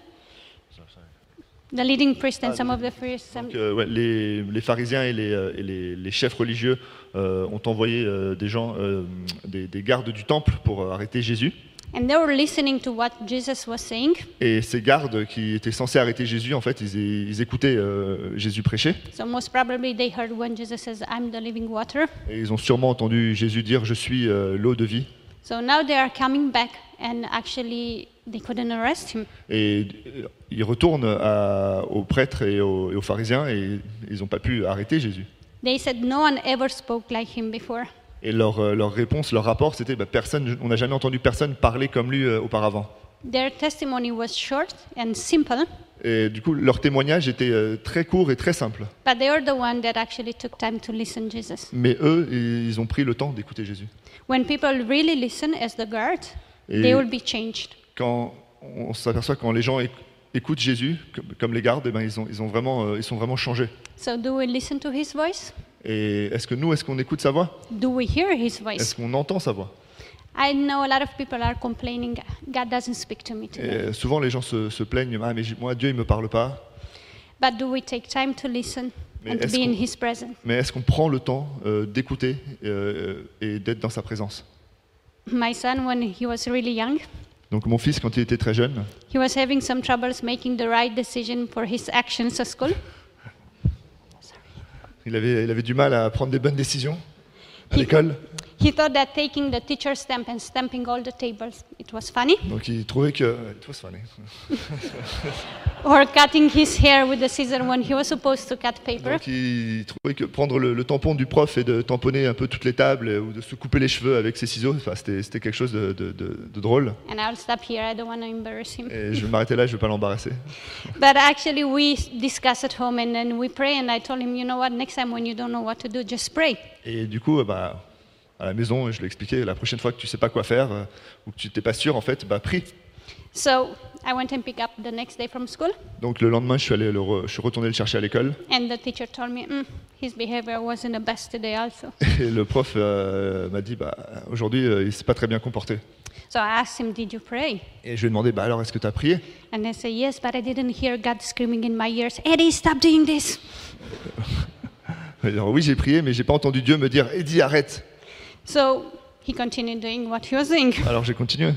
[SPEAKER 1] The leading priest and some of the Pharisees.
[SPEAKER 2] Donc, euh, ouais, les, les pharisiens et les, euh, et les- les chefs religieux euh, ont envoyé euh, des gens, euh, des, des gardes du temple pour euh, arrêter Jésus.
[SPEAKER 1] And they were listening to what Jesus was saying.
[SPEAKER 2] Et ces gardes qui étaient censés arrêter Jésus, en fait, ils, ils écoutaient euh, Jésus prêcher.
[SPEAKER 1] So most probably they heard when Jesus says, I'm the living water.
[SPEAKER 2] Et ils ont sûrement entendu Jésus dire Je suis euh, l'eau de vie.
[SPEAKER 1] So now they are coming back and actually they couldn't arrest him.
[SPEAKER 2] Et euh, ils retournent à- aux prêtres et aux, et aux pharisiens et ils n'ont pas pu arrêter Jésus.
[SPEAKER 1] They said no one ever spoke like him before.
[SPEAKER 2] Et leur, euh, leur réponse, leur rapport, c'était bah, personne, on n'a jamais entendu personne parler comme lui euh, auparavant.
[SPEAKER 1] Their testimony was short and simple,
[SPEAKER 2] Et du coup, leur témoignage était euh, très court et très simple.
[SPEAKER 1] but they are the one that actually took time to listen Jesus.
[SPEAKER 2] Mais eux, ils ont pris le temps d'écouter Jésus.
[SPEAKER 1] When people really listen as the guard,
[SPEAKER 2] Et-
[SPEAKER 1] they will be changed.
[SPEAKER 2] Quand on s'aperçoit quand les gens éc- écoutent Jésus, comme, comme les gardes, eh ben, ils, ont, ils, ont vraiment, euh, ils sont vraiment changés.
[SPEAKER 1] So do we listen to his voice?
[SPEAKER 2] Et est-ce que nous, est-ce qu'on écoute sa voix
[SPEAKER 1] Do we hear his
[SPEAKER 2] Est-ce
[SPEAKER 1] voice?
[SPEAKER 2] qu'on entend sa voix
[SPEAKER 1] I know a lot of people are complaining God doesn't speak to me
[SPEAKER 2] Et,
[SPEAKER 1] today.
[SPEAKER 2] euh, Souvent, les gens se, se plaignent Ah, mais j- moi, Dieu, il me parle pas.
[SPEAKER 1] But do we take time to listen
[SPEAKER 2] Mais
[SPEAKER 1] and to
[SPEAKER 2] est-ce
[SPEAKER 1] be in
[SPEAKER 2] qu'on-
[SPEAKER 1] his presence?
[SPEAKER 2] Mais est-ce qu'on prend le temps euh, d'écouter euh, et d'être dans sa présence
[SPEAKER 1] My son, when he was really young,
[SPEAKER 2] Donc, mon fils, quand il était très jeune,
[SPEAKER 1] He was having some troubles making the right decision for his actions at school.
[SPEAKER 2] il avait, il avait du mal à prendre des bonnes décisions à
[SPEAKER 1] Il-
[SPEAKER 2] l'école.
[SPEAKER 1] He thought that taking the teacher's stamp and stamping all the tables, it was funny,
[SPEAKER 2] Donc, il trouvait que. It was funny.
[SPEAKER 1] or cutting his hair with the scissor when he was supposed to cut paper.
[SPEAKER 2] Donc il trouvait que prendre le, le tampon du prof et de tamponner un peu toutes les tables euh, ou de se couper les cheveux avec ses ciseaux, enfin, c'était c'était quelque chose de, de- de- de drôle.
[SPEAKER 1] And I'll stop here, I don't want to embarrass him.
[SPEAKER 2] Et je vais m'arrêter là, je ne vais pas l'embarrasser.
[SPEAKER 1] But actually, we discuss at home and then we pray, and I told him, you know what, next time when you don't know what to do, just pray.
[SPEAKER 2] Et du coup, euh, bah, à la maison, je lui ai expliqué, la prochaine fois que tu sais pas quoi faire euh, ou que tu t'es pas sûr, en fait, bah, prie.
[SPEAKER 1] So I went and picked up the next day from school,
[SPEAKER 2] Donc le lendemain, je suis, allé le re- je suis retourné le chercher à l'école
[SPEAKER 1] and the teacher told me, mm, his behavior wasn't the best today, also.
[SPEAKER 2] et le prof euh, m'a dit, bah, aujourd'hui, euh, il s'est pas très bien comporté.
[SPEAKER 1] So I asked him, did you pray?
[SPEAKER 2] Et je lui ai demandé, bah, alors est-ce que tu as prié
[SPEAKER 1] And I say, Yes, but I didn't hear God screaming in my ears, Eddie, stop doing this.
[SPEAKER 2] Il a dit, Oui, j'ai prié, mais j'ai pas entendu Dieu me dire, Eddie, arrête.
[SPEAKER 1] So he continued doing what he was doing.
[SPEAKER 2] Alors j'ai continué.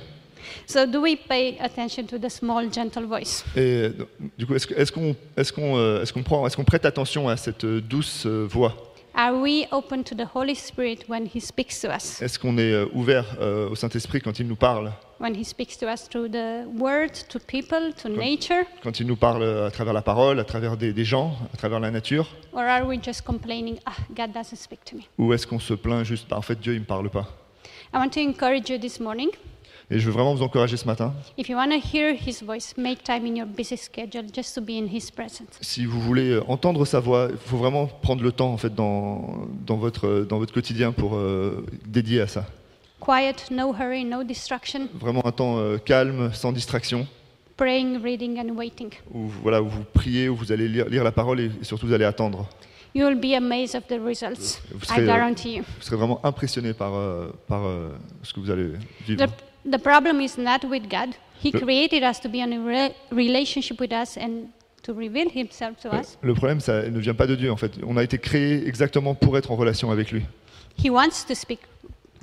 [SPEAKER 1] So, do we pay attention to the small, gentle voice?
[SPEAKER 2] Et donc, du coup, est-ce que- est-ce qu'on est-ce qu'on euh, est-ce qu'on prend est-ce qu'on prête attention à cette euh, douce euh, voix
[SPEAKER 1] Are we open to the Holy Spirit when he speaks to us?
[SPEAKER 2] Est-ce qu'on est euh, ouvert euh, au Saint-Esprit quand il nous parle
[SPEAKER 1] When he speaks to us through the word, to people, to nature?
[SPEAKER 2] Quand il nous parle euh, à travers la parole, à travers des, des gens, à travers la nature
[SPEAKER 1] Or are we just complaining, Ah, God doesn't speak to me?
[SPEAKER 2] Ou est-ce qu'on se plaint juste bah, En fait, Dieu, il me parle pas.
[SPEAKER 1] I want to encourage you this morning.
[SPEAKER 2] Et je veux vraiment vous encourager ce matin.
[SPEAKER 1] If you want to hear his voice, make time in your busy schedule just to be in his presence.
[SPEAKER 2] Si vous voulez euh, entendre sa voix, il faut vraiment prendre le temps en fait dans, dans votre euh, dans votre quotidien pour euh, dédier à ça.
[SPEAKER 1] Quiet, no hurry, no distraction,
[SPEAKER 2] Vraiment un temps euh, calme, sans distraction.
[SPEAKER 1] praying, reading, and waiting.
[SPEAKER 2] Où, voilà, où vous priez, où vous allez lire, lire la parole et surtout vous allez attendre.
[SPEAKER 1] You will be amazed of the results.
[SPEAKER 2] Vous
[SPEAKER 1] I
[SPEAKER 2] serez, euh,
[SPEAKER 1] guarantee you.
[SPEAKER 2] Vous serez vraiment impressionné par, euh, par euh, ce que vous allez vivre.
[SPEAKER 1] The, the problem is not with God. He
[SPEAKER 2] Le-
[SPEAKER 1] created us to be in a re- relationship with us and to reveal Himself to
[SPEAKER 2] Euh,
[SPEAKER 1] us.
[SPEAKER 2] Le problème, ça ne vient pas de Dieu en fait. On a été créé exactement pour être en relation avec lui.
[SPEAKER 1] He wants to speak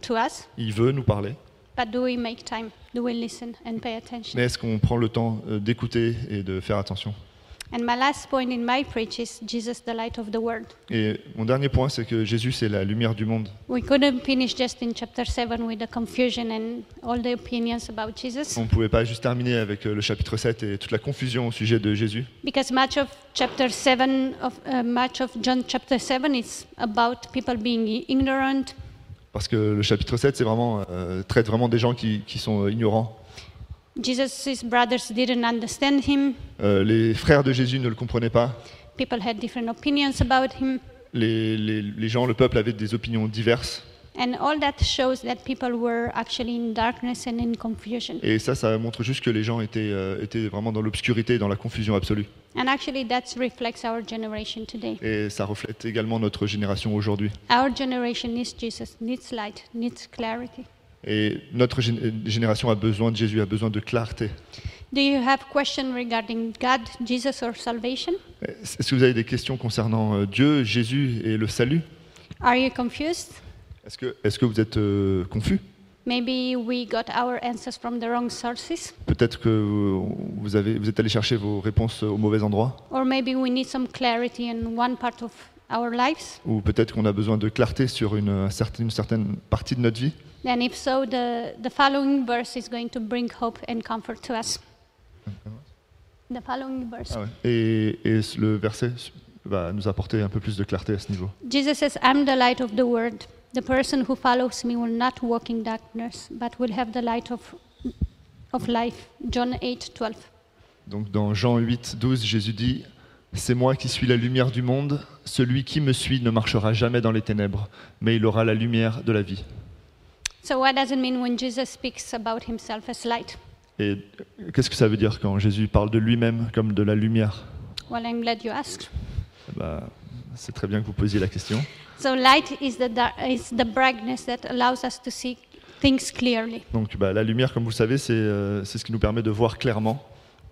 [SPEAKER 1] to us,
[SPEAKER 2] Il veut nous parler.
[SPEAKER 1] but do we make time? Do we listen and pay attention?
[SPEAKER 2] Mais est-ce qu'on prend le temps euh, d'écouter et de faire attention
[SPEAKER 1] And my last point in my preach is Jesus, the light of the world.
[SPEAKER 2] Et mon dernier point, c'est que Jésus, c'est la lumière du monde.
[SPEAKER 1] We couldn't finish just in chapter 7 with the confusion and all the opinions about Jesus
[SPEAKER 2] On ne pouvait pas juste terminer avec euh, le chapitre 7 et toute la confusion au sujet de Jésus.
[SPEAKER 1] because much of chapter 7 of uh, much of John chapter 7 is about people being i- ignorant,
[SPEAKER 2] Parce que le chapitre 7, c'est vraiment, euh, traite vraiment des gens qui, qui sont euh, ignorants.
[SPEAKER 1] Jesus' brothers didn't understand him.
[SPEAKER 2] Euh, les frères de Jésus ne le comprenaient pas.
[SPEAKER 1] People had different opinions about him.
[SPEAKER 2] Les, les- les gens, le peuple avait des opinions diverses.
[SPEAKER 1] And all that shows that people were actually in darkness and in confusion.
[SPEAKER 2] Et ça, ça montre juste que les gens étaient, euh, étaient vraiment dans l'obscurité, dans la confusion absolue.
[SPEAKER 1] And actually, that reflects our generation today.
[SPEAKER 2] Et ça reflète également notre génération aujourd'hui.
[SPEAKER 1] Our generation needs Jesus, needs light, needs clarity.
[SPEAKER 2] Et notre gén- génération a besoin de Jésus, a besoin de clarté.
[SPEAKER 1] Do you have question regarding God, Jesus, or salvation?
[SPEAKER 2] Est-ce que vous avez des questions concernant euh, Dieu, Jésus et le salut
[SPEAKER 1] Are you confused?
[SPEAKER 2] Est-ce que, est-ce que vous êtes euh, confus
[SPEAKER 1] Maybe we got our answers from the wrong sources,
[SPEAKER 2] Peut-être que vous, vous avez, vous êtes allé chercher vos réponses au mauvais endroit
[SPEAKER 1] or maybe we need some clarity in one part of our lives.
[SPEAKER 2] Ou peut-être qu'on a besoin de clarté sur une, euh, certaine, une certaine partie de notre vie
[SPEAKER 1] Then, if so, the, the following verse is going to bring hope and comfort to us. The following verse.
[SPEAKER 2] Et, et ce- le verset va nous apporter un peu plus de clarté à ce niveau.
[SPEAKER 1] Jesus says, I'm the light of the world. The person who follows me will not walk in darkness, but will have the light of, of life. John 8 12.
[SPEAKER 2] Donc dans Jean 8, 12, Jésus dit C'est moi qui suis la lumière du monde, celui qui me suit ne marchera jamais dans les ténèbres, mais il aura la lumière de la vie.
[SPEAKER 1] So, what does it mean when Jesus speaks about himself as light?
[SPEAKER 2] Et qu'est-ce que ça veut dire quand Jésus parle de lui-même comme de la lumière
[SPEAKER 1] Well, I'm glad you asked.
[SPEAKER 2] Eh ben, C'est très bien que vous posiez la question.
[SPEAKER 1] So, light is the, dar- is the brightness that allows us to see things clearly.
[SPEAKER 2] Donc bah, la lumière, comme vous le savez, c'est euh, c'est ce qui nous permet de voir clairement.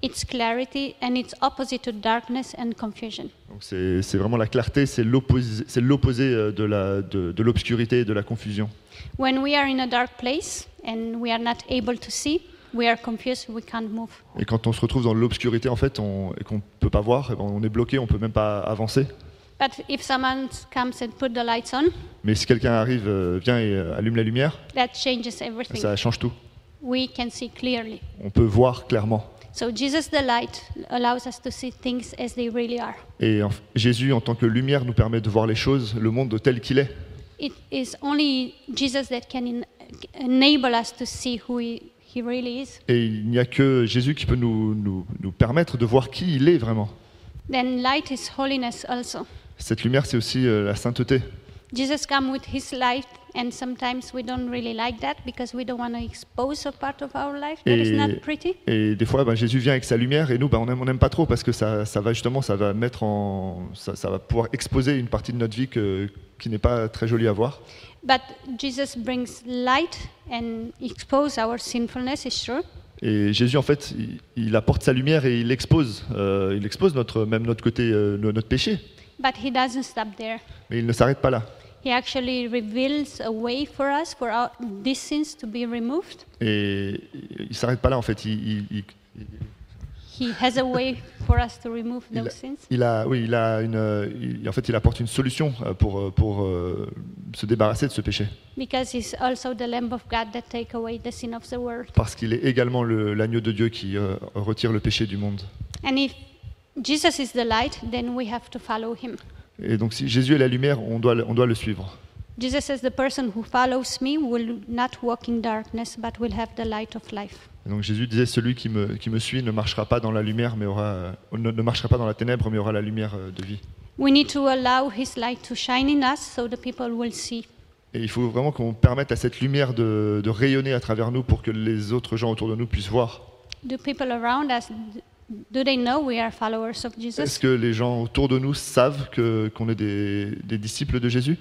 [SPEAKER 1] It's clarity and it's opposite to darkness and confusion.
[SPEAKER 2] Donc, C'est c'est vraiment la clarté, c'est l'opposé c'est l'opposé, euh, de la- de- de l'obscurité et de la confusion.
[SPEAKER 1] When we are in a dark place and we are not able to see, we are confused, we can't move.
[SPEAKER 2] Et quand on se retrouve dans l'obscurité, en fait, on, et qu'on ne peut pas voir, eh ben, on est bloqué, on ne peut même pas avancer.
[SPEAKER 1] But if someone comes and put the lights on,
[SPEAKER 2] Mais si quelqu'un arrive, euh, vient et euh, allume la lumière,
[SPEAKER 1] that changes everything.
[SPEAKER 2] ça change tout.
[SPEAKER 1] We can see clearly.
[SPEAKER 2] On peut voir clairement.
[SPEAKER 1] So Jesus the light allows us to see things as they really are.
[SPEAKER 2] Et en- Jésus, en tant que lumière, nous permet de voir les choses, le monde tel qu'il est.
[SPEAKER 1] It is only Jesus that can en- enable us to see who he, he really is.
[SPEAKER 2] Et il n'y a que Jésus qui peut nous, nous- nous permettre de voir qui il est vraiment.
[SPEAKER 1] Then light is holiness also.
[SPEAKER 2] Cette lumière, c'est aussi euh, la sainteté.
[SPEAKER 1] Jesus come with his light and sometimes we don't really like that because we don't want to expose a part of our life that is
[SPEAKER 2] Et-
[SPEAKER 1] not pretty.
[SPEAKER 2] Et des fois, ben, Jésus vient avec sa lumière et nous, ben, on n'aime pas trop parce que ça, ça va justement, ça va mettre en, ça, ça va pouvoir exposer une partie de notre vie que- qui n'est pas très jolie à voir.
[SPEAKER 1] But Jesus brings light and expose our sinfulness is true.
[SPEAKER 2] Et Jésus, en fait, il, il apporte sa lumière et il expose, euh, il expose notre, même notre côté, euh, no- notre péché.
[SPEAKER 1] But he doesn't stop there.
[SPEAKER 2] Mais il ne s'arrête pas là.
[SPEAKER 1] He actually reveals a way for us for our, these sins to be removed.
[SPEAKER 2] Et il s'arrête pas là, en fait. Il, il- il-
[SPEAKER 1] He has a way for us to remove
[SPEAKER 2] il-
[SPEAKER 1] those sins.
[SPEAKER 2] il a, oui, il a une, euh, il- en fait, il apporte une solution euh, pour, euh, pour euh, se débarrasser de ce péché.
[SPEAKER 1] Because he's also the Lamb of God that take away the sin of the world.
[SPEAKER 2] Parce qu'il est également le- l'agneau de Dieu qui euh, retire le péché du monde.
[SPEAKER 1] And if Jesus is the light, then we have to follow him.
[SPEAKER 2] Et donc, si Jésus est la lumière, on doit, le- on doit le suivre.
[SPEAKER 1] Jesus says, The person who follows me will not walk in darkness, but will have the light of life.
[SPEAKER 2] Et donc, Jésus disait Celui qui me, qui me suit ne marchera pas dans la lumière, mais aura, euh, ne, ne marchera pas dans la ténèbre, mais aura la lumière euh, de vie.
[SPEAKER 1] We need to allow his light to shine in us so the people will see.
[SPEAKER 2] Et il faut vraiment qu'on permette à cette lumière de, de rayonner à travers nous pour que les autres gens autour de nous puissent voir.
[SPEAKER 1] Do people around us, do they know we are followers of Jesus?
[SPEAKER 2] Est-ce que les gens autour de nous savent que- qu'on est des, des disciples de Jésus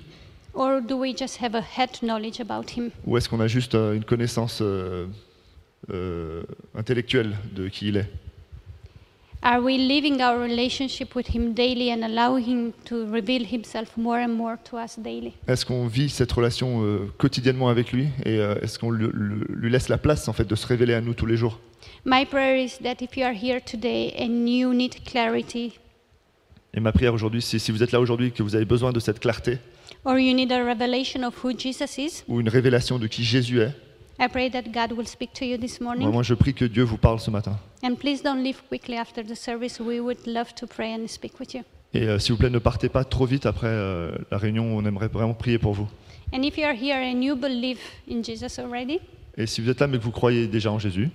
[SPEAKER 1] Or do we just have a head knowledge about him?
[SPEAKER 2] Ou est-ce qu'on a juste euh, une connaissance euh, euh, intellectuelle de qui il est
[SPEAKER 1] Are we living our relationship with him daily and allowing him to reveal himself more and more to us daily?
[SPEAKER 2] Est-ce qu'on vit cette relation euh, quotidiennement avec lui Et euh, est-ce qu'on le- le- lui laisse la place en fait, de se révéler à nous tous les jours
[SPEAKER 1] My prayer is that if you are here today and you need clarity,
[SPEAKER 2] Et ma prière aujourd'hui, c'est si vous êtes là aujourd'hui et que vous avez besoin de cette clarté
[SPEAKER 1] or you need a revelation of who Jesus is,
[SPEAKER 2] ou une révélation de qui Jésus est,
[SPEAKER 1] I pray that God will speak to you this morning.
[SPEAKER 2] vraiment je prie que Dieu vous parle ce matin.
[SPEAKER 1] And please don't leave quickly after the service. We would love to pray and speak with you.
[SPEAKER 2] Et euh, s'il vous plaît, ne partez pas trop vite après euh, la réunion, on aimerait vraiment prier pour vous.
[SPEAKER 1] And if you are here and you believe in Jesus already,
[SPEAKER 2] Et si vous êtes là mais que vous croyez déjà en Jésus,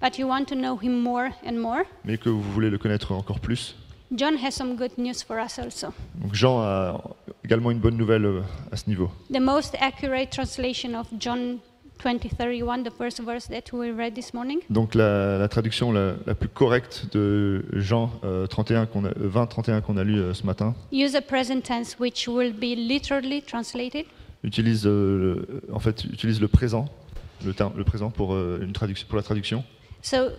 [SPEAKER 1] but you want to know him more and more.
[SPEAKER 2] mais que vous voulez le connaître encore plus.
[SPEAKER 1] John has some good news for us also.
[SPEAKER 2] Donc Jean a également une bonne nouvelle euh, à ce niveau.
[SPEAKER 1] The most accurate translation of John 20:31, the first verse that we read this morning,
[SPEAKER 2] Donc la, la traduction la, la plus correcte de Jean 20-31 qu'on a, euh, 20, 31 qu'on a lu euh, ce matin
[SPEAKER 1] use a present tense which will be literally translated
[SPEAKER 2] utilise, euh, le- en fait, utilise le présent, le, terme- le présent pour, euh, une traduction, pour la traduction.
[SPEAKER 1] So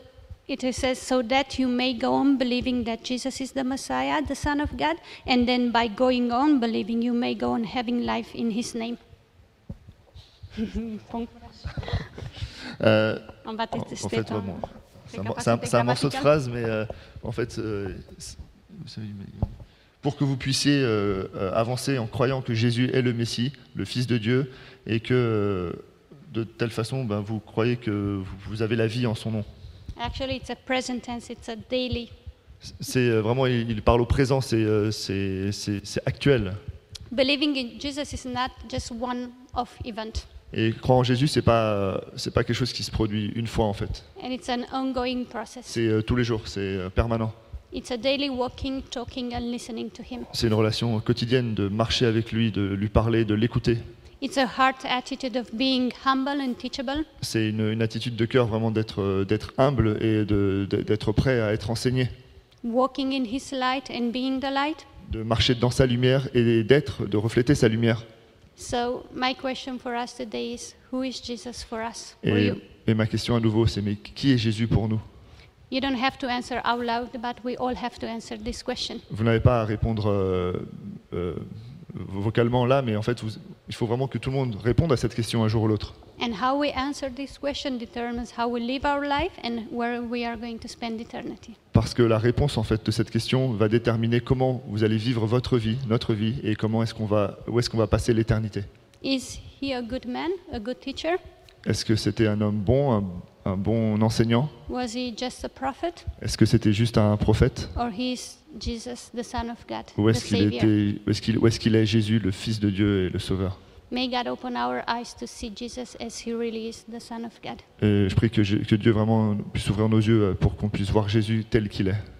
[SPEAKER 1] it is says, so that you may go on believing that Jesus is the Messiah, the Son of God, and then by going on believing, you may go on having life in His name. Bon courage.
[SPEAKER 2] Euh,
[SPEAKER 1] On va
[SPEAKER 2] en, en
[SPEAKER 1] tester.
[SPEAKER 2] fait, ouais,
[SPEAKER 1] hein.
[SPEAKER 2] bon, c'est un,
[SPEAKER 1] capacité
[SPEAKER 2] c'est un- c'est un morceau de
[SPEAKER 1] grammaticale.
[SPEAKER 2] phrase, mais euh, en fait, euh, c'est- vous savez, mais- euh, pour que vous puissiez euh, euh, avancer en croyant que Jésus est le Messie, le Fils de Dieu, et que euh, de telle façon, ben, vous croyez que vous- vous avez la vie en son nom.
[SPEAKER 1] Actually, it's a present tense. It's a daily.
[SPEAKER 2] C'est euh, vraiment, il, il parle au présent, c'est euh, c'est- c'est- c'est actuel.
[SPEAKER 1] Believing in Jesus is not just one-off event,
[SPEAKER 2] Et croire en Jésus, c'est pas, euh, c'est pas quelque chose qui se produit une fois en fait.
[SPEAKER 1] and it's an ongoing process.
[SPEAKER 2] C'est euh, tous les jours, c'est euh, permanent.
[SPEAKER 1] It's a daily walking, talking, and listening to Him.
[SPEAKER 2] C'est une relation quotidienne de marcher avec lui, de lui parler, de l'écouter.
[SPEAKER 1] It's a heart attitude of being humble and teachable.
[SPEAKER 2] C'est une, une attitude de cœur vraiment d'être euh, d'être humble et de- de- d'être prêt à être enseigné,
[SPEAKER 1] walking in his light and being the light.
[SPEAKER 2] de marcher dans sa lumière et d'être, de refléter sa lumière.
[SPEAKER 1] So, my question for us today is who is Jesus for us? Or
[SPEAKER 2] Et,
[SPEAKER 1] you,
[SPEAKER 2] et ma question à nouveau, c'est mais qui est Jésus pour nous
[SPEAKER 1] you don't have to answer out loud, but we all have to answer this question.
[SPEAKER 2] Vous n'avez pas à répondre euh, euh, vocalement là, mais en fait, vous- il faut vraiment que tout le monde réponde à cette question un jour ou l'autre.
[SPEAKER 1] And how we answer this question determines how we live our life and where we are going to spend eternity.
[SPEAKER 2] Parce que la réponse en fait de cette question va déterminer comment vous allez vivre votre vie, notre vie, et comment est-ce qu'on va, où est-ce qu'on va passer l'éternité.
[SPEAKER 1] Is he a good man, a good teacher?
[SPEAKER 2] Est-ce que c'était un homme bon, un, un bon enseignant
[SPEAKER 1] Was he just a prophet?
[SPEAKER 2] Est-ce que c'était juste un prophète
[SPEAKER 1] Or he is Jesus, the Son of God,
[SPEAKER 2] Ou
[SPEAKER 1] the
[SPEAKER 2] est-ce qu'il
[SPEAKER 1] Savior?
[SPEAKER 2] était, ou est-ce qu'il, ou est-ce qu'il est Jésus, le Fils de Dieu et le Sauveur
[SPEAKER 1] May God open our eyes to see Jesus as he really is, the Son of God.
[SPEAKER 2] Et je prie que, je- que Dieu vraiment puisse ouvrir nos yeux euh, pour qu'on puisse voir Jésus tel qu'il est.